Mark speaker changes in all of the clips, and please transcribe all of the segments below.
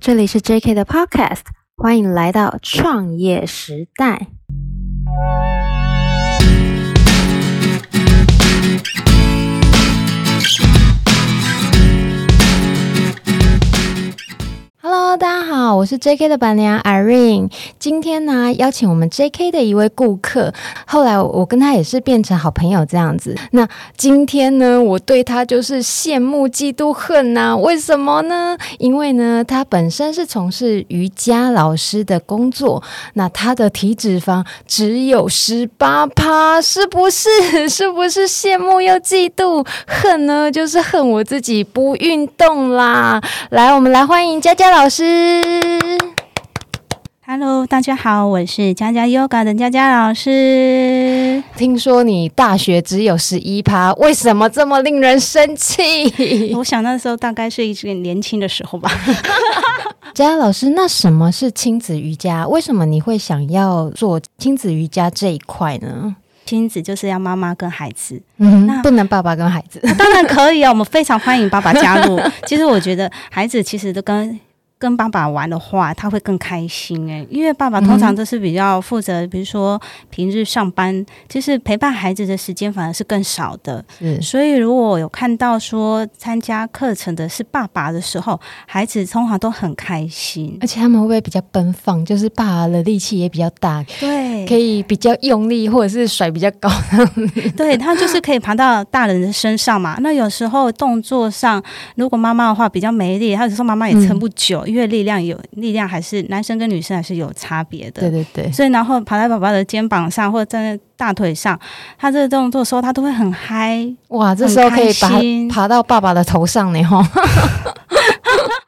Speaker 1: 这里是 J.K. 的 Podcast，欢迎来到创业时代。Hello，大家好，我是 J.K. 的板娘 Irene。今天呢，邀请我们 J.K. 的一位顾客，后来我跟他也是变成好朋友这样子。那今天呢，我对他就是羡慕、嫉妒、恨呐、为什么呢？因为呢，他本身是从事瑜伽老师的工作，那他的体脂肪只有十八趴，是不是？是不是羡慕又嫉妒？恨呢，就是恨我自己不运动啦。来，我们来欢迎佳佳老师。
Speaker 2: Hello，大家好，我是佳佳 Yoga 的佳佳老师。
Speaker 1: 听说你大学只有十一趴，为什么这么令人生气？
Speaker 2: 我想那时候大概是一个年轻的时候吧。
Speaker 1: 佳佳老师，那什么是亲子瑜伽？为什么你会想要做亲子瑜伽这一块呢？
Speaker 2: 亲子就是要妈妈跟孩子，
Speaker 1: 嗯，
Speaker 2: 那
Speaker 1: 不能爸爸跟孩子。
Speaker 2: 当然可以啊，我们非常欢迎爸爸加入。其实我觉得孩子其实都跟。跟爸爸玩的话，他会更开心诶、因为爸爸通常都是比较负责，比如说平日上班，就是陪伴孩子的时间反而是更少的。
Speaker 1: 是
Speaker 2: 所以，如果有看到说参加课程的是爸爸的时候，孩子通常都很开心。
Speaker 1: 而且他们会不会比较奔放？就是爸爸的力气也比较大，
Speaker 2: 对，
Speaker 1: 可以比较用力，或者是甩比较高。
Speaker 2: 对，他就是可以爬到大人的身上嘛。那有时候动作上，如果妈妈的话比较没力，她有时候妈妈也
Speaker 1: 嗯
Speaker 2: 撑不久，因为力量有力量还是男生跟女生还是有差别的。
Speaker 1: 对对对，
Speaker 2: 所以，然后爬在宝宝的肩膀上或者站在大腿上，他这个动作的时候，他都会很嗨。
Speaker 1: 哇，这时候可以把
Speaker 2: 很开心
Speaker 1: 爬到爸爸的头上呢，吼。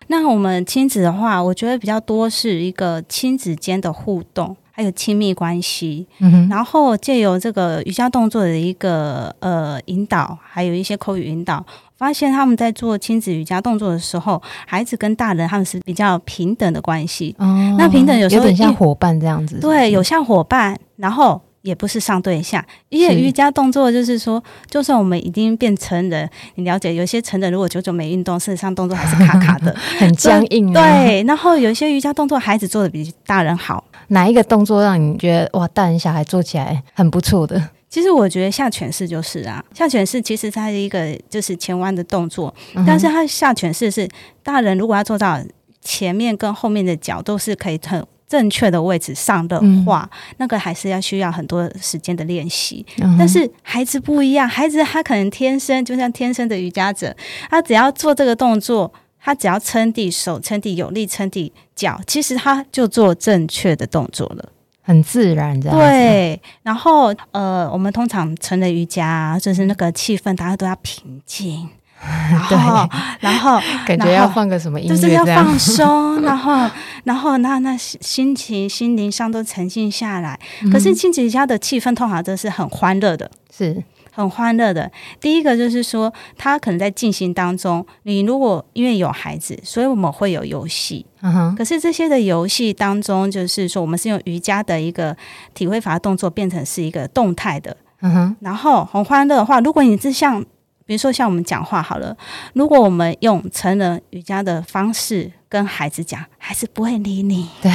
Speaker 2: 那我们亲子的话，我觉得比较多是一个亲子间的互动，还有亲密关系。
Speaker 1: 嗯哼，
Speaker 2: 然后借由这个瑜伽动作的一个呃引导，还有一些口语引导，发现他们在做亲子瑜伽动作的时候，孩子跟大人他们是比较平等的关系。
Speaker 1: 哦
Speaker 2: 那平等有时
Speaker 1: 有
Speaker 2: 候
Speaker 1: 点像
Speaker 2: 一
Speaker 1: 伙伴这样子。是不
Speaker 2: 对，
Speaker 1: 是
Speaker 2: 有像伙伴，然后也不是上对下，因为
Speaker 1: 是
Speaker 2: 瑜伽动作就是说，就算我们已经变成人，你了解有些成人如果久久没运动，事实上动作还是卡卡 的。
Speaker 1: 很僵硬、啊。，
Speaker 2: 对，然后有一些瑜伽动作，孩子做的比大人好。
Speaker 1: 哪一个动作让你觉得哇，大人小孩做起来很不错的？
Speaker 2: 其实我觉得下犬式就是啊，下犬式其实它是一个就是前弯的动作，
Speaker 1: 嗯哼
Speaker 2: 但是它下犬式是大人如果要做到前面跟后面的脚都是可以很正确的位置上的话，那个还是要需要很多时间的练习。
Speaker 1: 嗯嗯哼
Speaker 2: 但是孩子不一样，孩子他可能天生就像天生的瑜伽者，他只要做这个动作。他只要撑地手、撑地有力、撑地脚，其实他就做正确的动作了。
Speaker 1: 很自然这样子。，
Speaker 2: 对，然后呃，我们通常成人瑜伽啊就是那个气氛，大家都要平静，然
Speaker 1: 对
Speaker 2: 后然后
Speaker 1: 感觉
Speaker 2: 然
Speaker 1: 要
Speaker 2: 后
Speaker 1: 放个什么音
Speaker 2: 就
Speaker 1: 乐
Speaker 2: 是
Speaker 1: 这
Speaker 2: 要
Speaker 1: 样。
Speaker 2: 放 松，然后然后那那心心情、心灵上都沉静下来。
Speaker 1: 嗯
Speaker 2: 可是亲子瑜伽的气氛通常都是很欢乐的。
Speaker 1: 是
Speaker 2: 很欢乐的。第一个就是说，他可能在进行当中，你如果因为有孩子，所以我们会有游戏，
Speaker 1: 嗯哼，
Speaker 2: 可是这些的游戏当中，就是说我们是用瑜伽的一个体会法动作变成是一个动态的，
Speaker 1: 嗯哼，
Speaker 2: 然后很欢乐的话，如果你是像比如说像我们讲话好了，如果我们用成人瑜伽的方式跟孩子讲，孩子不会 理你，
Speaker 1: 对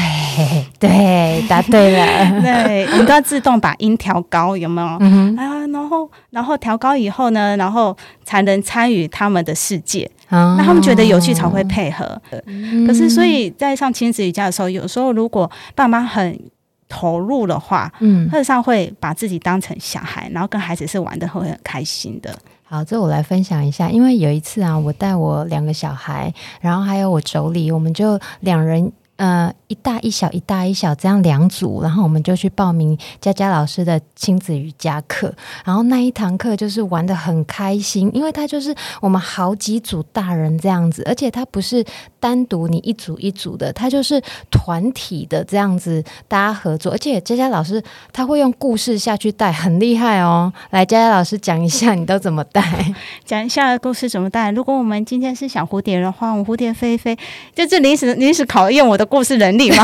Speaker 1: 对，答对了。
Speaker 2: 对，我们都要自动把音调高，有没有？
Speaker 1: 嗯哼，
Speaker 2: 啊，然后，然后调高以后呢，然后才能参与他们的世界，
Speaker 1: 那
Speaker 2: 那他们觉得有趣
Speaker 1: 哦
Speaker 2: 才会配合。可是，
Speaker 1: 嗯
Speaker 2: 所以在上亲子瑜伽的时候，有时候如果爸妈很投入的话，
Speaker 1: 嗯，
Speaker 2: 事实上会把自己当成小孩，然后跟孩子是玩的会很开心的。
Speaker 1: 好，这我来分享一下，因为有一次啊，我带我两个小孩，然后还有我妯娌，我们就两人。呃，一大一小，一大一小，这样两组，然后我们就去报名佳佳老师的亲子瑜伽课。然后那一堂课就是玩的很开心，因为它就是我们好几组大人这样子，而且它不是单独你一组一组的，它就是团体的这样子，大家合作。而且佳佳老师他会用故事下去带，很厉害哦。来，佳佳老师讲一下你都怎么带。
Speaker 2: 讲一下故事怎么带。如果我们今天是小蝴蝶的话，我们蝴蝶飞一飞，就是临时临时考验我的故事能力嘛。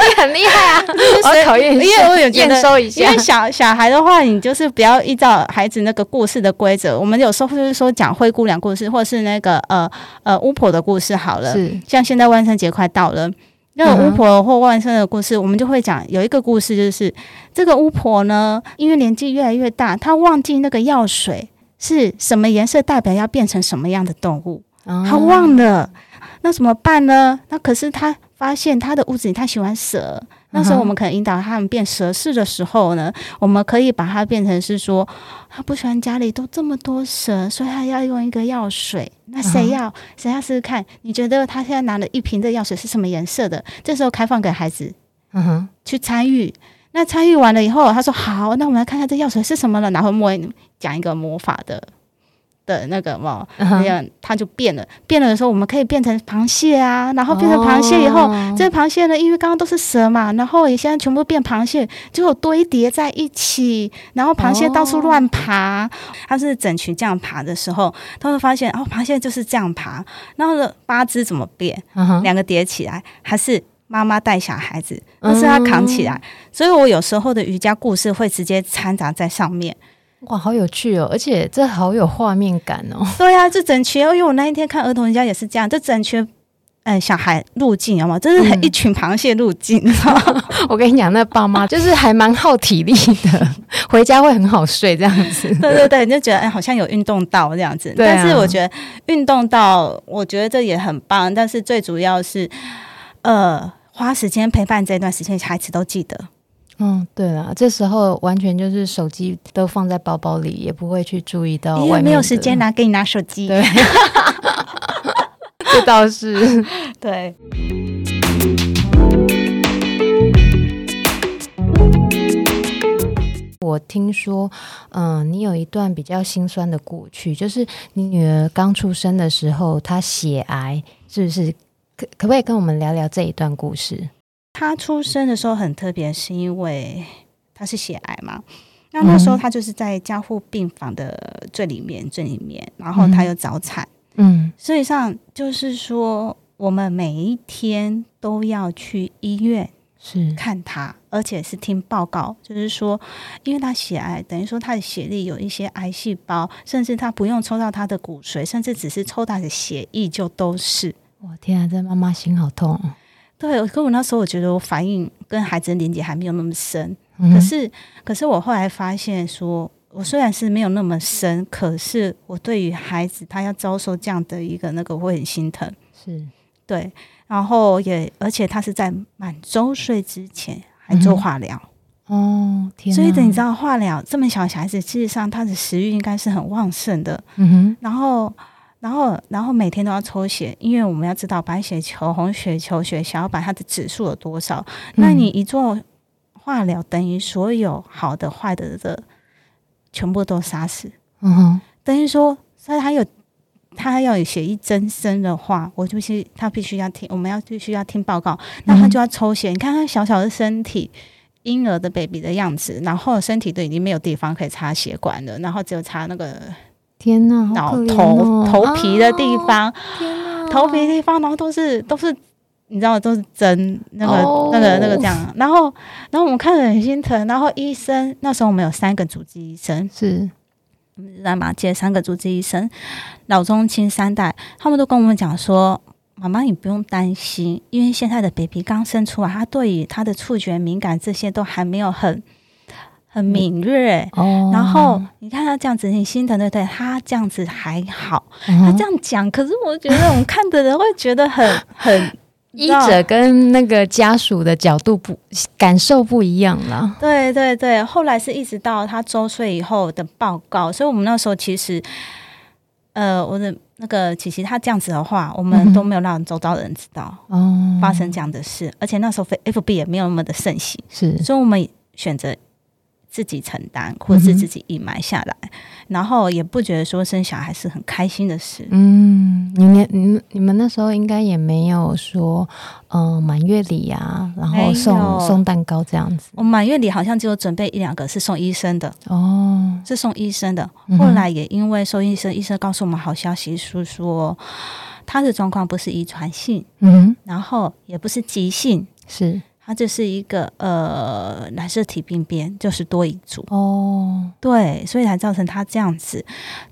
Speaker 1: 你很厉害啊！我
Speaker 2: 所以
Speaker 1: 考验一
Speaker 2: 因
Speaker 1: 下，
Speaker 2: 为我有觉得
Speaker 1: 验收 一
Speaker 2: 因
Speaker 1: 下
Speaker 2: 为。小小孩的话，你就是不要依照孩子那个故事的规则。我们有时候就是说讲灰姑娘故事，或者是那个呃呃巫婆的故事好了。
Speaker 1: 是
Speaker 2: 像现在万圣节快到了，那种
Speaker 1: 嗯
Speaker 2: 巫
Speaker 1: 哼
Speaker 2: 婆或万圣的故事，我们就会讲有一个故事，就是这个巫婆呢，因为年纪越来越大，她忘记那个药水是什么颜色代表要变成什么样的动物，她
Speaker 1: 好
Speaker 2: 忘了，那怎么办呢？那可是她发现她的屋子里她喜欢蛇。那时候我们可能引导他们变蛇式的时候呢，我们可以把它变成是说，他不喜欢家里都这么多蛇，所以他要用一个药水。那谁要、谁要试试看？你觉得他现在拿了一瓶的药水是什么颜色的？这时候开放给孩子
Speaker 1: 嗯哼，
Speaker 2: 去参与。那参与完了以后，他说好，那我们来看看这药水是什么了，然后摸讲一个魔法的的那个哦嘛，
Speaker 1: 嗯
Speaker 2: 那
Speaker 1: 哼，
Speaker 2: 样它就变了。变了的时候，我们可以变成螃蟹啊，然后变成螃蟹以后，
Speaker 1: 哦
Speaker 2: 这螃蟹呢，因为刚刚都是蛇嘛，然后也现在全部变螃蟹，就有堆叠在一起，然后螃蟹到
Speaker 1: 哦
Speaker 2: 处乱爬。它是整群这样爬的时候，他会发现哦，螃蟹就是这样爬。然后呢，八只怎么变？
Speaker 1: 嗯哼
Speaker 2: 两个叠起来，还是妈妈带小孩子，
Speaker 1: 嗯
Speaker 2: 都是他扛起来。所以我有时候的瑜伽故事会直接掺杂在上面。
Speaker 1: 哇，好有趣哦，而且这好有画面感哦。
Speaker 2: 对啊，这整群，因为我那一天看儿童瑜伽也是这样，这整群。嗯，小孩入境，好吗？这是很
Speaker 1: 嗯
Speaker 2: 一群螃蟹入境，你知道吗
Speaker 1: 我跟你讲，那爸妈 就是还蛮耗体力的，回家会很好睡这样子。
Speaker 2: 对对对，你就觉得哎，好像有运动到这样子。
Speaker 1: 对啊
Speaker 2: 但是我觉得运动到，我觉得这也很棒。但是最主要是，呃，花时间陪伴这段时间，孩子都记得。
Speaker 1: 嗯，对了，这时候完全就是手机都放在包包里，也不会去注意到
Speaker 2: 因
Speaker 1: 哦外
Speaker 2: 为
Speaker 1: 面
Speaker 2: 没有
Speaker 1: 的
Speaker 2: 时间。拿给你拿手机。
Speaker 1: 对， 这倒是。
Speaker 2: 对
Speaker 1: 我听说，嗯、你有一段比较心酸的过去，就是你女儿刚出生的时候，她血癌，是不是？可可不可以跟我们聊聊这一段故事？
Speaker 2: 他
Speaker 1: 嗯
Speaker 2: 出生的时候很特别，是因为他是血癌嘛。那那时候
Speaker 1: 嗯
Speaker 2: 他就是在加护病房的最里面，最里面，然后他
Speaker 1: 嗯
Speaker 2: 又早产，
Speaker 1: 嗯
Speaker 2: 所以上就是说，我们每一天都要去医院
Speaker 1: 是，
Speaker 2: 看他，而且是听报告，就是说，因为他血癌，等于说他的血里有一些癌细胞，甚至他不用抽到他的骨髓，甚至只是抽他的血液就都是。
Speaker 1: 我天啊，这妈妈心好痛哦。
Speaker 2: 对，可我那时候我觉得我反应跟孩子的连接还没有那么深，
Speaker 1: 嗯
Speaker 2: 可是可是我后来发现说。我虽然是没有那么深，可是我对于孩子他要遭受这样的一个那个，我会很心疼。
Speaker 1: 是，
Speaker 2: 对，然后也而且他是在满周岁之前还做
Speaker 1: 嗯哼
Speaker 2: 化疗，
Speaker 1: 哦天，
Speaker 2: 所以等你知
Speaker 1: 道，
Speaker 2: 道化疗这么小的小孩子，事实上他的食欲应该是很旺盛的。
Speaker 1: 嗯
Speaker 2: 然后，然后，然后每天都要抽血，因为我们要知道白血球、红血球、血小板它的指数有多少。
Speaker 1: 哼，
Speaker 2: 那你一做化疗，等于所有好的、坏的的全部都杀死，
Speaker 1: 嗯哼，
Speaker 2: 等于说，所以他有。他要有血液增生的话，我就是他必须要听，我们要必须要听报告，那他就要抽血。你看他小小的身体，婴儿的 baby 的样子，然后身体都已经没有地方可以插血管了，然后只有插那个
Speaker 1: 天哪，好
Speaker 2: 脑
Speaker 1: 可怜
Speaker 2: 头、
Speaker 1: 哦
Speaker 2: 头皮的地，
Speaker 1: 啊
Speaker 2: 方，
Speaker 1: 天哪，
Speaker 2: 头皮的地方，然后都是都是。你知道都是针，那个、
Speaker 1: 哦
Speaker 2: 那个、那个这样，然后、然后我们看着很心疼，然后医生那时候我们有三个主治医生，
Speaker 1: 是，
Speaker 2: 你知道吗？接三个主治医生，老中青三代，他们都跟我们讲说：“妈妈，你不用担心，因为现在的 baby 刚生出来，他对于他的触觉敏感这些都还没有很很敏锐。
Speaker 1: 哦
Speaker 2: 然后你看他这样子，你心疼对不对？他这样子还好，他
Speaker 1: 他
Speaker 2: 这样讲，可是我觉得我们看的人会觉得很很
Speaker 1: 医者跟那个家属的角度不感受不一样啦。
Speaker 2: 对对对，后来是一直到他周岁以后的报告，所以我们那时候其实，呃，我的那个琪琪她这样子的话，我
Speaker 1: 嗯
Speaker 2: 们
Speaker 1: 哼
Speaker 2: 都没有让周遭的人知道
Speaker 1: 哦，
Speaker 2: 发生这样的事，而且那时候 F B 也没有那么的盛行，
Speaker 1: 是
Speaker 2: 所以我们选择自己承担，或者是
Speaker 1: 嗯哼
Speaker 2: 自己隐瞒下来，然后也不觉得说生小孩是很开心的事。
Speaker 1: 嗯，你们你们你们那时候应该也没有说，嗯、满月礼啊，然后
Speaker 2: 没
Speaker 1: 送
Speaker 2: 有
Speaker 1: 送蛋糕这样子
Speaker 2: 我满月礼好像只有准备一两个是送医生的，
Speaker 1: 哦。
Speaker 2: 是送医生的。
Speaker 1: 嗯哼
Speaker 2: 后来也因为送医生，医生告诉我们好消息是说，他的状况不是遗传性，
Speaker 1: 嗯哼，
Speaker 2: 然后也不是急性，
Speaker 1: 是
Speaker 2: 他他这是一个呃染色体病变，就是多一族，
Speaker 1: 哦，
Speaker 2: 对，所以才造成他这样子。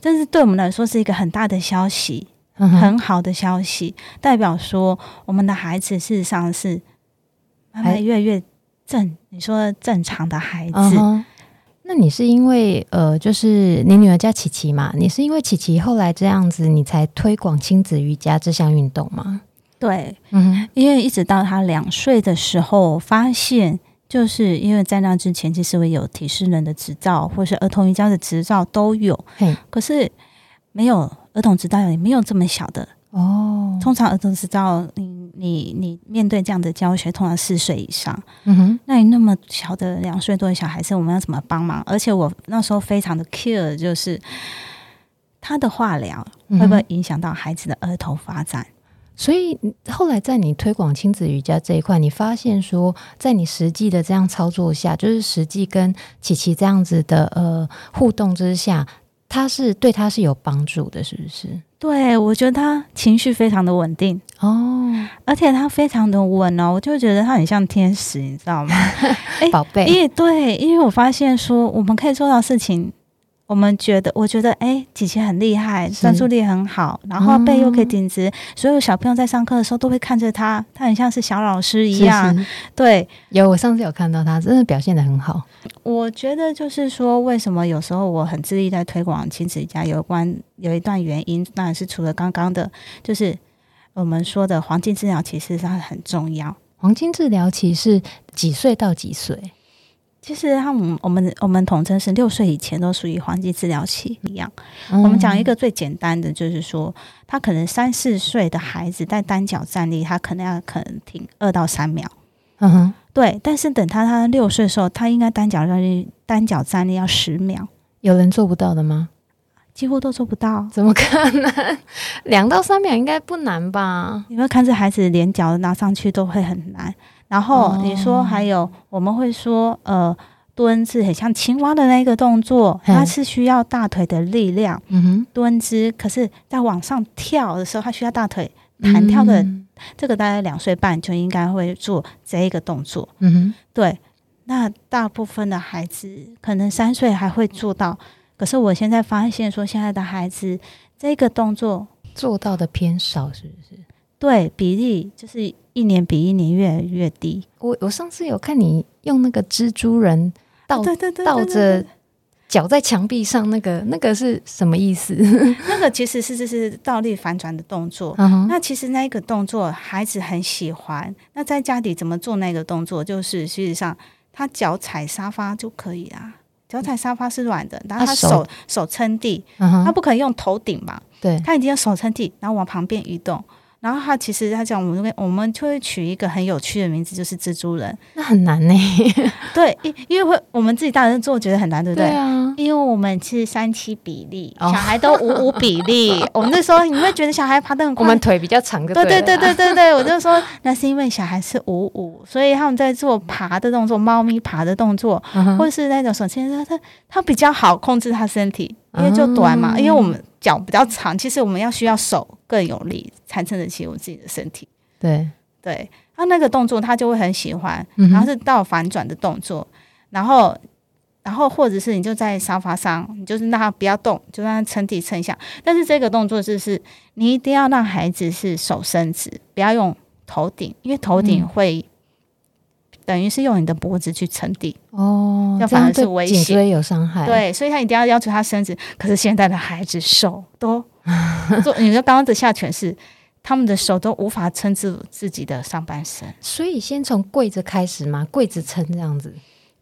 Speaker 2: 但是对我们来说是一个很大的消息，
Speaker 1: 嗯哼
Speaker 2: 很好的消息，代表说我们的孩子事实上是慢
Speaker 1: 还
Speaker 2: 慢越来越正，你说正常的孩
Speaker 1: 嗯
Speaker 2: 子，
Speaker 1: 哼那你是因为呃，就是你女儿叫琪琪嘛？你是因为琪琪后来这样子，你才推广亲子瑜伽这项运动吗？
Speaker 2: 对，
Speaker 1: 嗯
Speaker 2: 因为一直到他两岁的时候，发现就是因为在那之前，其实我有体适能的执照，或是儿童瑜伽的执照都有
Speaker 1: 嘿，
Speaker 2: 可是没有儿童执照也没有这么小的。
Speaker 1: 哼，哦，
Speaker 2: 通常儿童执照，你你你面对这样的教学，通常四岁以上，
Speaker 1: 嗯哼，
Speaker 2: 那你那么小的两岁多的小孩子，我们要怎么帮忙？而且我那时候非常的 care，就是他的化疗
Speaker 1: 嗯哼
Speaker 2: 会不会？影响到孩子的儿童发展？
Speaker 1: 所以你后来在你推广亲子瑜伽这一块，你发现说，在你实际的这样操作下，就是实际跟琪琪这样子的呃互动之下，它是对她是有帮助的，是不是？
Speaker 2: 对我觉得他情绪非常的稳定。
Speaker 1: 哦，
Speaker 2: 而且他非常的稳哦，我就觉得他很像天使，你知道吗？哎
Speaker 1: 宝贝，
Speaker 2: 因为对，因为我发现说我们可以做到事情，我们觉得，我觉得，哎，姐姐很厉害，专注力很好，然后背又可以
Speaker 1: 嗯
Speaker 2: 挺直，所有小朋友在上课的时候都会看着他，他很像是小老师一样。
Speaker 1: 是是
Speaker 2: 对，
Speaker 1: 有，我上次有看到她，真的表现的很好。
Speaker 2: 我觉得就是说，为什么有时候我很致力在推广亲子瑜伽，有关有一段原因，当然是除了刚刚的，就是我们说的黄金治疗，其实它很重要。
Speaker 1: 黄金治疗期是几岁到几岁？
Speaker 2: 其实他们我们我们统称是六岁以前都属于黄金治疗期一样。
Speaker 1: 嗯
Speaker 2: 我们讲一个最简单的，就是说他可能三四岁的孩子在单脚站立，他可能要可能停二到三秒。
Speaker 1: 嗯，嗯哼，
Speaker 2: 对，但是等他他六岁的时候，他应该单脚站立，单脚站立要十秒，
Speaker 1: 有人做不到的吗？
Speaker 2: 几乎都做不到。
Speaker 1: 怎么可能？ 两到三秒应该不难吧？
Speaker 2: 你会看这孩子连脚拿上去都会很难。然后
Speaker 1: 哦
Speaker 2: 你说还有，我们会说呃蹲姿很像青蛙的那个动作，
Speaker 1: 嗯
Speaker 2: 它是需要大腿的力量。
Speaker 1: 嗯
Speaker 2: 蹲姿，可是在往上跳的时候，他需要大腿。
Speaker 1: 哼，
Speaker 2: 弹跳的
Speaker 1: 嗯
Speaker 2: 这个大概两岁半就应该会做这一个动作。
Speaker 1: 嗯哼，
Speaker 2: 对，那大部分的孩子可能三岁还会做到，可是我现在发现说，现在的孩子这个动作
Speaker 1: 做到的偏少，是不是？
Speaker 2: 对比例就是一年比一年越来越低。
Speaker 1: 我我上次有看你用那个蜘蛛人倒
Speaker 2: 啊哦对对对，对
Speaker 1: 倒
Speaker 2: 对
Speaker 1: 着脚在墙壁上，那个那个是什么意 思？
Speaker 2: 对那个其实是这是倒立反转的动作。
Speaker 1: 嗯哼，
Speaker 2: 那其实那一个动作，孩子很喜欢。那在家里怎么做那个动作？就是事实上，他脚踩沙发就可以啦。脚踩沙发是软的，然后
Speaker 1: 他
Speaker 2: 他
Speaker 1: 手
Speaker 2: 手嗯啊手撑地，
Speaker 1: 嗯
Speaker 2: 他
Speaker 1: 哼，
Speaker 2: 不可以用头顶吧？
Speaker 1: 对，
Speaker 2: 他已经用手撑地，然后往旁边移动。然后他其实他讲，我们我们就会取一个很有趣的名字，就是蜘蛛人。
Speaker 1: 那很难呢、
Speaker 2: 对，因因为会我们自己大人做觉得很难，对不对？
Speaker 1: 啊，
Speaker 2: 因为我们是三七比例，
Speaker 1: 哦
Speaker 2: 小孩都五五比 例。我们那时候你会觉得小孩爬得很
Speaker 1: 我
Speaker 2: 快，
Speaker 1: 们腿比较长就
Speaker 2: 对
Speaker 1: 对
Speaker 2: 对对对对对，我就 说那是因为小孩是五五，所以他们在做爬的动作，猫咪爬的动作，
Speaker 1: 对
Speaker 2: 或是那种手牵手，它它比较好控制它身体，因为就短嘛，
Speaker 1: 嗯
Speaker 2: 因为我们脚比较长，其实我们要需要手更有力才撑得起我自己的身体。
Speaker 1: 对，
Speaker 2: 对，他那个动作他就会很喜欢，
Speaker 1: 嗯哼
Speaker 2: 然后是倒反转的动作，然后。然后，或者是你就在沙发上，你就是让他不要动，就让他撑地撑一下。但是这个动作就是你一定要让孩子是手伸直，不要用头顶，因为头顶
Speaker 1: 嗯
Speaker 2: 会、等于是用你的脖子去撑地。
Speaker 1: 哦，
Speaker 2: 要
Speaker 1: 这
Speaker 2: 反
Speaker 1: 样
Speaker 2: 而是
Speaker 1: 对
Speaker 2: 危
Speaker 1: 颈
Speaker 2: 险
Speaker 1: 椎有伤害。，
Speaker 2: 对，所以他一定要要求他伸直。可是现在的孩子手 都做，你说刚刚的下犬式，他们的手都无法撑住自己的上半身。
Speaker 1: 所以先从跪着开始嘛，跪着撑这样子。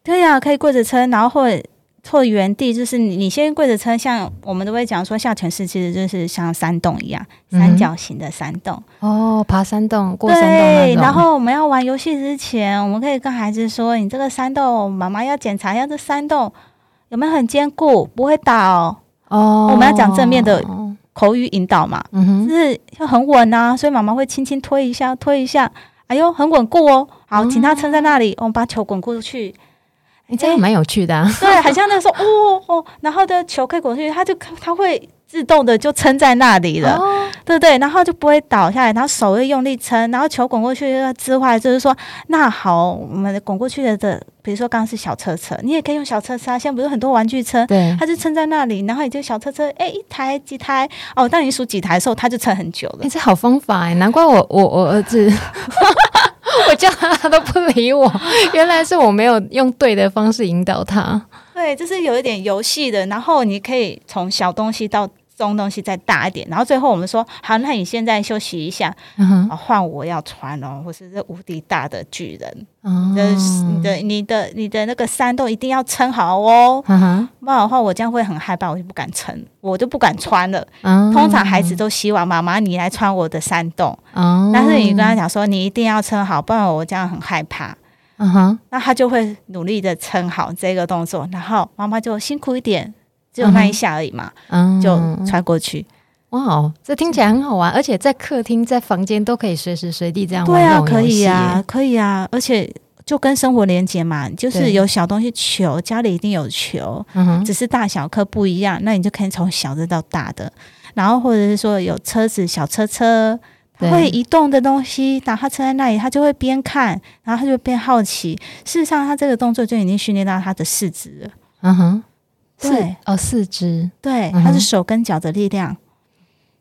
Speaker 2: 对呀、可以跪着撑，然后或者或者原地，就是你你先跪着撑，像我们都会讲说下犬式其实就是像山洞一样，
Speaker 1: 嗯
Speaker 2: 三
Speaker 1: 哼
Speaker 2: 角形的山洞。
Speaker 1: 哦，爬山洞、过山洞那
Speaker 2: 对，
Speaker 1: 种。
Speaker 2: 然后我们要玩游戏之前，我们可以跟孩子说：“你这个山洞，妈妈要检查一下这山洞有没有很坚固，不会倒。
Speaker 1: 哦，
Speaker 2: 我们要讲正面的
Speaker 1: 嗯”
Speaker 2: 口语引导嘛，就
Speaker 1: 哼，
Speaker 2: 是要很稳啊，所以妈妈会轻轻推一下，推一下，哎呦，很稳固哦。好，请他撑在那里，我们把球滚过去。
Speaker 1: 你这样蛮有趣的啊。
Speaker 2: 对，好像那时候，哦哦，然后的球可以滚过去，他就他会。自动的就撑在那里了，
Speaker 1: 哦
Speaker 2: 对不对？然后就不会倒下来，然后手会用力撑，然后球滚过去要之外，就是说，那好，我们滚过去的的，比如说刚刚是小车车，你也可以用小车车啊，现在不是很多玩具车。
Speaker 1: 对，
Speaker 2: 它就撑在那里，然后你就小车车，哎，一台几台哦，当你数几台的时候，它就撑很久了
Speaker 1: 哎、。这好方法哎、难怪我我我儿子， 我叫他他都不理我，原来是我没有用对的方式引导他。
Speaker 2: 对，就是有一点游戏的，然后你可以从小东西到中东西再大一点，然后最后我们说好，那你现在休息一下，
Speaker 1: 嗯哼，
Speaker 2: 啊，换我要穿哦，我是这无敌大的巨人，
Speaker 1: 哦
Speaker 2: 你的、你的你的你的那个衫都一定要撑好哦，
Speaker 1: 嗯哼，
Speaker 2: 不然的话我这样会很害怕，我就不敢撑，我就不敢穿了。
Speaker 1: 嗯
Speaker 2: 通常孩子都希望妈妈你来穿我的衫洞，
Speaker 1: 哦，
Speaker 2: 但是你跟他讲说你一定要撑好，不然我这样很害怕。
Speaker 1: 嗯哼，
Speaker 2: 那他就会努力的撑好这个动作，然后妈妈就辛苦一点，只有那一下而已嘛，
Speaker 1: 嗯，
Speaker 2: 就穿过去。
Speaker 1: 哇哦，这听起来很好玩，而且在客厅、在房间都可以随时随地这样玩
Speaker 2: 对啊，
Speaker 1: 这种
Speaker 2: 可
Speaker 1: 游戏
Speaker 2: 以
Speaker 1: 耶
Speaker 2: 啊，，可以啊，而且就跟生活连接嘛，就是
Speaker 1: 对
Speaker 2: 有小东西球，家里一定有球，
Speaker 1: 嗯哼，
Speaker 2: 只是大小颗不一样，那你就可以从小的到大的，然后或者是说有车子、小车车。它
Speaker 1: 对
Speaker 2: 会移动的东西，然后它撑在那里，它就会边看，然后它就边好奇。事实上，它这个动作就已经训练到它的四肢了。
Speaker 1: 嗯哼，
Speaker 2: 对
Speaker 1: 四哦四肢
Speaker 2: 对，
Speaker 1: 嗯
Speaker 2: 它
Speaker 1: 哼
Speaker 2: 是手跟脚的力量。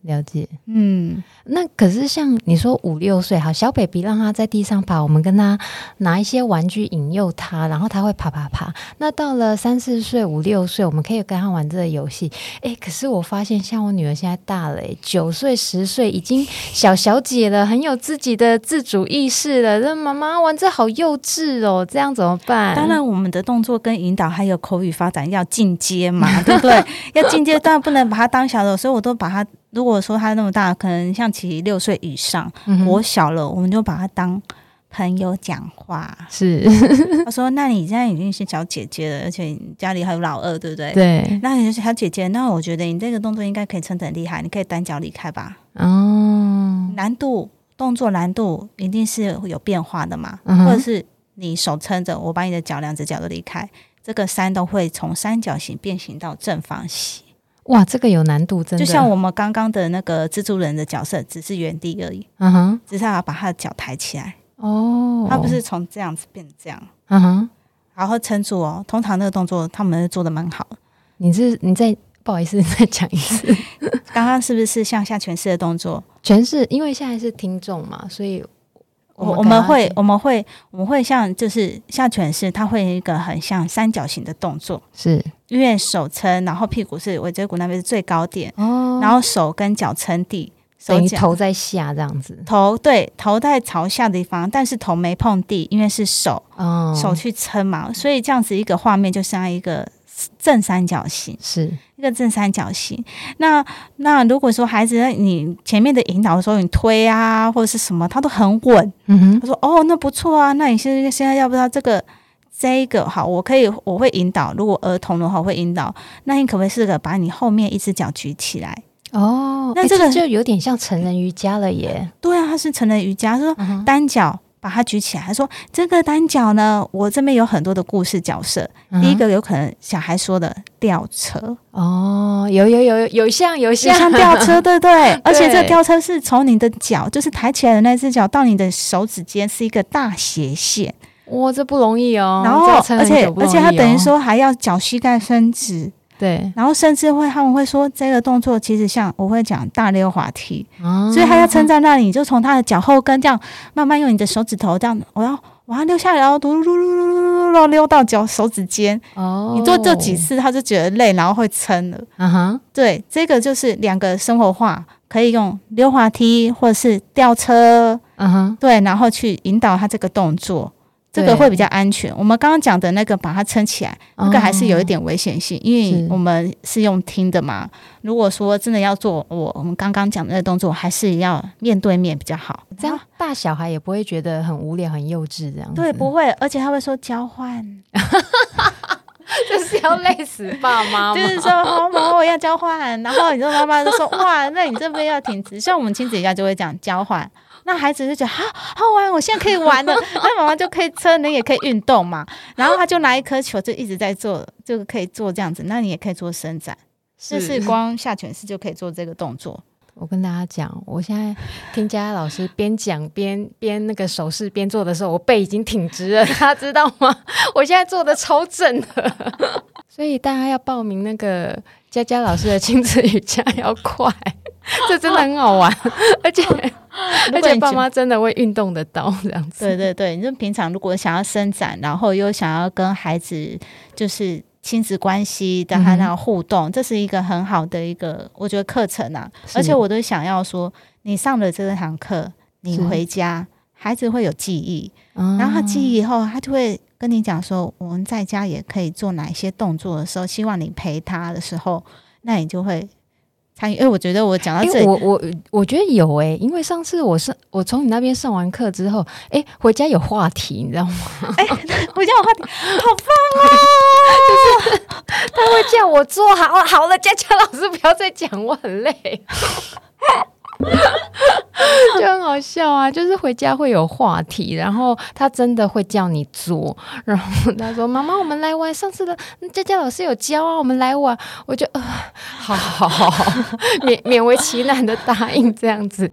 Speaker 1: 了解。
Speaker 2: 嗯，
Speaker 1: 那可是像你说五六岁哈，小 baby 让他在地上爬，我们跟他拿一些玩具引诱他，然后他会爬爬爬。那到了三四岁、五六岁，我们可以跟他玩这个游戏。诶，可是我发现像我女儿现在大了，诶九岁、十岁已经小小姐了，很有自己的自主意识了。那妈妈玩这好幼稚哦，这样怎么办？
Speaker 2: 当，然，我们的动作跟引导还有口语发展要进 阶嘛，对不对？要进阶，当然不能把它当小的，所以我都把它。如果说他那么大，可能像其实六岁以上，
Speaker 1: 嗯
Speaker 2: 我
Speaker 1: 哼、
Speaker 2: 小了，我们就把他当朋友讲 话。
Speaker 1: 是
Speaker 2: 他说：“那你现在已经是小姐姐了，而且你家里还有老二，对不对？”
Speaker 1: 对
Speaker 2: 那你就是小姐姐，那我觉得你这个动作应该可以撑得很厉害，你可以单脚离开吧。
Speaker 1: 哦，
Speaker 2: 难度动作难度一定是有变化的嘛，
Speaker 1: 嗯哼
Speaker 2: 或者是你手撑着，我把你的脚两只脚都离开，这个山都会从三角形变形到正方形，
Speaker 1: 哇，这个有难度，真
Speaker 2: 就
Speaker 1: 的，
Speaker 2: 像我们刚刚的那个蜘蛛人的角色，只是原地而已，
Speaker 1: 嗯哼，
Speaker 2: 只是他要把他的脚抬起来，
Speaker 1: 哦，
Speaker 2: 他不是，从这样子变这样，
Speaker 1: 嗯哼。
Speaker 2: 然后撑住哦。通常那个动作他们做的蛮好的，
Speaker 1: 你是你再不好意思 再讲一次，
Speaker 2: 刚刚是不是像下犬式的动作？
Speaker 1: 全是因为现在是听众嘛，所以
Speaker 2: 我我们会
Speaker 1: 刚刚
Speaker 2: 我们会我们会像就是下犬式，它会有一个很像三角形的动作，
Speaker 1: 是
Speaker 2: 因为手撑，然后屁股是尾椎骨那边是最高点，
Speaker 1: 哦
Speaker 2: 然后手跟脚撑地，手
Speaker 1: 等于
Speaker 2: 脚
Speaker 1: 头在下这样子
Speaker 2: 头对头在朝下的地方，但是头没碰地，因为是手
Speaker 1: 哦，
Speaker 2: 手去撑嘛，所以这样子一个画面就像一个正三角形，
Speaker 1: 是
Speaker 2: 一个正三角形。那那如果说孩子在你前面的引导的时候，你推啊或者是什么，他都很稳，
Speaker 1: 嗯
Speaker 2: 他说：“哦，那不错啊，那你现在现在要不要这个这一个好？我可以，我会引导。如果儿童的话，我会引导。那你可不可以试着把你后面一只脚举起来？
Speaker 1: 哼哦，
Speaker 2: 那
Speaker 1: 诶
Speaker 2: 这个
Speaker 1: 就有点像成人瑜伽了耶，
Speaker 2: 对啊，他是成人瑜伽，他说
Speaker 1: 嗯哼
Speaker 2: 单脚把它举起来。他说这个单脚呢，我这边有很多的故事角色。
Speaker 1: 嗯哼
Speaker 2: 第一个有可能小孩说的吊 车，
Speaker 1: 哦，有有有有有像有
Speaker 2: 就
Speaker 1: 像
Speaker 2: 像吊车，对不对？而且这个吊车是从你的脚，就是抬起来的那只脚到你的手指尖是一个大斜线。”
Speaker 1: 哇，这不容易哦，
Speaker 2: 然后
Speaker 1: 这个，成
Speaker 2: 而
Speaker 1: 人
Speaker 2: 且
Speaker 1: 可不
Speaker 2: 而
Speaker 1: 容
Speaker 2: 且他
Speaker 1: 易
Speaker 2: 等于
Speaker 1: 哦
Speaker 2: 说还要脚膝盖伸直，
Speaker 1: 对，
Speaker 2: 然后甚至会他们会说这个动作其实像我会讲大溜滑梯，
Speaker 1: 哦
Speaker 2: 所以他要撑在那里，你就从他的脚后跟这样慢慢用你的手指头这样，我要我要溜下来，然后嘟噜噜噜噜噜噜溜到脚手指尖，
Speaker 1: 哦，
Speaker 2: 你做这几，次他就觉得累，然后会撑了。
Speaker 1: 嗯哼，
Speaker 2: 对，这个就是两个生活化，可以用溜滑梯或者是吊车，
Speaker 1: 嗯哼，
Speaker 2: 对，然后去引导他这个动作，这个
Speaker 1: 对
Speaker 2: 会比较安全。我们刚刚讲的那个把它撑起来，那个还是有一
Speaker 1: 哦
Speaker 2: 点危险性，因
Speaker 1: 是
Speaker 2: 为我们是用听的嘛。如果说真的要做我我们刚刚讲的那个动作，还是要面对面比较好。
Speaker 1: 嗯这样大小孩也不会觉得很无聊、很幼稚这样子。
Speaker 2: 对，不会，而且他会说交换，
Speaker 1: 就是要累死爸妈
Speaker 2: 就
Speaker 1: 嘛。
Speaker 2: 是说好，妈妈我要交换，然后你说妈妈就说哇，那你这边要挺直，像我们亲子瑜伽就会讲交换。那孩子就觉得好好玩，我现在可以玩了。那妈妈就可以撑，你也可以运动嘛。然后他就拿一颗球，就一直在做，就可以做这样子。那你也可以做伸展，
Speaker 3: 这是光下犬式就可以做这个动作。
Speaker 1: 我跟大家讲，我现在听佳佳老师边讲边边那个手势边做的时候，我背已经挺直了，大家知道吗？ 我现在做的超正的，所以大家要报名那个佳佳老师的亲子瑜伽要快，这真的很好 玩，而且 而且爸妈真的会运动得到这样 子。
Speaker 3: 对对对，你就平常如果想要伸展，然后又想要跟孩子就是亲子关系的
Speaker 2: 嗯
Speaker 3: 和那个互动，这是一个很好的一个我觉得课程啊。
Speaker 1: 是
Speaker 3: 而且我都想要说，你上了这堂课，你
Speaker 1: 是
Speaker 3: 回家孩子会有记忆，
Speaker 2: 哦
Speaker 1: 嗯
Speaker 3: 然后他记忆以后，他就会跟你讲说，我们在家也可以做哪一些动作的时候，希望你陪他的时候，那你就会参与。哎，我觉得我讲到
Speaker 1: 因
Speaker 3: 这
Speaker 1: 为
Speaker 3: 里，
Speaker 1: 我我我觉得有诶、因为上次我上我从你那边上完课之后，诶、回家有话题，你知道吗？
Speaker 3: 回家我话题好哦
Speaker 1: 他会叫我做好了好了，佳佳老师不要再讲，我很累， 就很好笑啊。就是回家会有话题，然后他真的会叫你做，然后他说：“妈妈，我们来玩上次的嗯佳佳老师有教啊，我们来玩。”我就呃， 好好好好， 勉勉为其难的答应这样子。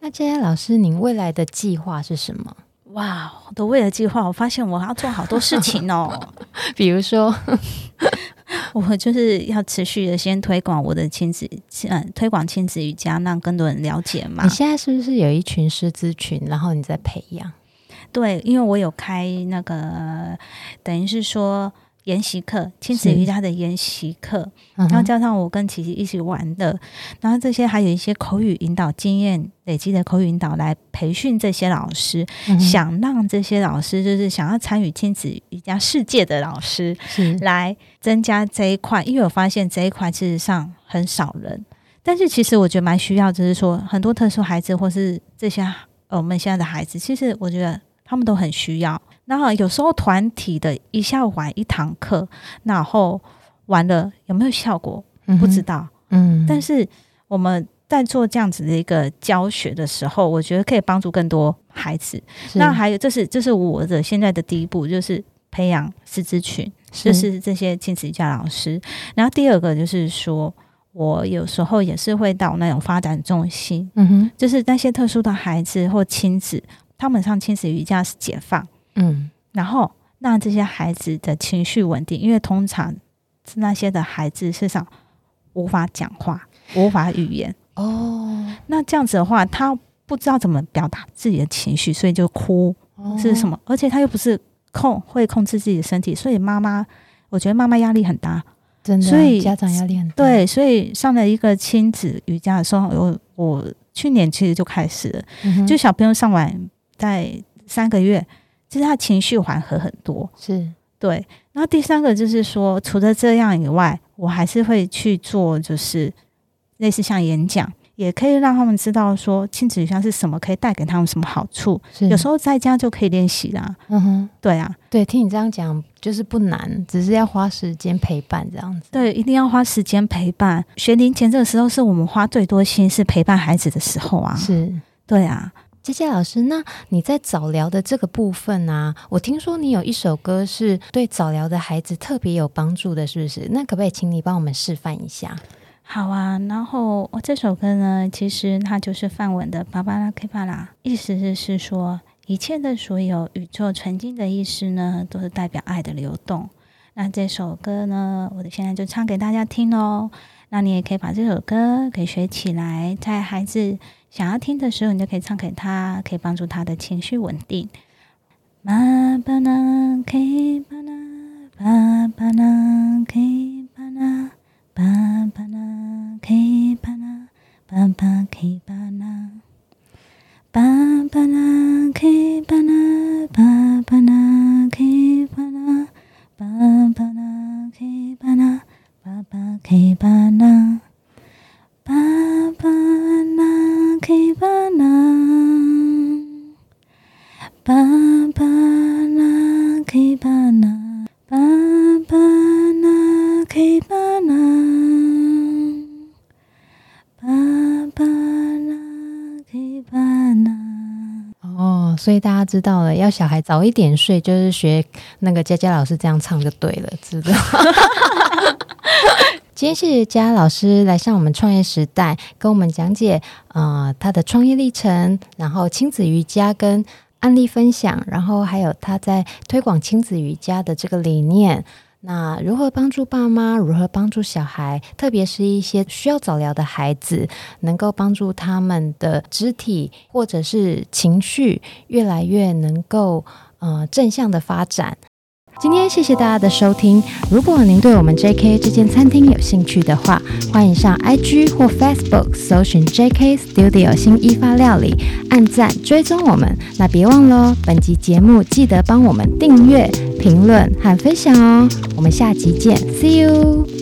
Speaker 1: 那佳佳老师，您未来的计划是什么？
Speaker 2: 哇，我的未来计划，我发现我要做好多事情哦。
Speaker 1: 比如说，
Speaker 2: 我就是要持续的先推广我的亲子，嗯，推广亲子瑜伽，让更多人了解 嘛
Speaker 1: 你。现在是不是有一群师资群，然后你在培养？
Speaker 2: 对，因为我有开那个，等于是说研习课，亲子
Speaker 1: 是
Speaker 2: 瑜伽的研习课，
Speaker 1: 然
Speaker 2: 然后加上我跟琪琪一起玩的，然后这些还有一些口语引导经验累积的口语引导来培训这些老师，
Speaker 1: 嗯
Speaker 2: 想让这些老师就是想要参与亲子瑜伽世界的老师
Speaker 1: 是
Speaker 2: 来增加这一块，因为我发现这一块事实上很少人，但是其实我觉得蛮需要，就是说很多特殊孩子或是这些呃我们现在的孩子，其实我觉得他们都很需要。然后有时候团体的一下玩一堂课，然后完了有没有效果不知，道，
Speaker 1: 嗯哼嗯，
Speaker 2: 但是我们在做这样子的一个教学的时候，我觉得可以帮助更多孩子。
Speaker 1: 是
Speaker 2: 那还有，这是这是我的现在的第一步，就是培养师资群，
Speaker 1: 是
Speaker 2: 就是这些亲子瑜伽老师。然后第二个就是说，我有时候也是会到那种发展中心，
Speaker 1: 嗯哼
Speaker 2: 就是那些特殊的孩子或亲子，他们上亲子瑜伽是解放，
Speaker 1: 嗯
Speaker 2: 然后让这些孩子的情绪稳定，因为通常那些的孩子身上无法讲话，无法语言。
Speaker 1: 哦
Speaker 2: 那这样子的话，他不知道怎么表达自己的情绪，所以就哭是什
Speaker 1: 么？
Speaker 2: 么？而且他又不是控会控制自己的身体，所以妈妈，我觉得妈妈压力很大。
Speaker 1: 哦真的，
Speaker 2: 所以
Speaker 1: 家长要练
Speaker 2: 对，所以上了一个亲子瑜伽的时候，我我去年其实就开始了，
Speaker 1: 嗯
Speaker 2: 就小朋友上完在三个月，其实他情绪缓和很多。
Speaker 1: 是
Speaker 2: 对，然后第三个就是说，除了这样以外，我还是会去做，就是类似像演讲，也可以让他们知道说亲子瑜伽是什么，可以带给他们什么好处。
Speaker 1: 是，
Speaker 2: 有时
Speaker 1: 候
Speaker 2: 候在家就可以练习啦。
Speaker 1: 嗯哼，
Speaker 2: 对啊，
Speaker 1: 对，听你这样讲就是不难，只是要花时间陪伴这样子。
Speaker 2: 对，一定要花时间陪伴。学龄前这个时候是我们花最多心思陪伴孩子的时候啊。
Speaker 1: 是，
Speaker 2: 对啊，
Speaker 1: 佳佳老师，那你在早疗的这个部分啊，我听说你有一首歌是对早疗的孩子特别有帮助的，是不是？那可不可以请你帮我们示范一下？
Speaker 2: 好啊。然后我这首歌呢，呃其实它就是范文的《巴巴拉 K 巴拉》，意思是是说一切的所有宇宙纯净的意识呢，都是代表爱的流动。那这首歌呢，我现在就唱给大家听喽。那你也可以把这首歌给学起来，在孩子想要听的时候，你就可以唱给他，可以帮助他的情绪稳定。巴巴拉 K 巴拉，巴巴拉 K 巴拉，巴巴拉 K 巴拉，巴巴 K 巴拉。巴巴拉 K 巴拉，巴巴拉 K 巴拉，巴巴拉 K 巴拉，巴巴 K 巴拉，巴巴拉 K 巴拉，巴巴拉 K 巴拉，巴巴拉 K 巴拉。巴巴拉，K 巴拉。
Speaker 1: 哦，哦，所以大家知道了，要小孩早一点睡，就是学那个佳佳老师这样唱就对了，知道。今天谢谢佳老师来上我们创业时代，跟我们讲解呃他的创业历程，然后亲子瑜伽跟案例分享，然后还有他在推广亲子瑜伽的这个理念。那如何帮助爸妈？如何帮助小孩？特别是一些需要早疗的孩子，能够帮助他们的肢体或者是情绪越来越能够呃正向的发展。今天谢谢大家的收听。如果您对我们 JK 这间餐厅有兴趣的话，欢迎上 IG 或 Facebook 搜寻 JK Studio 新一发料理，按赞追踪我们。那别忘了哦，本集节目记得帮我们订阅、评论和分享哦。我们下集见，See you。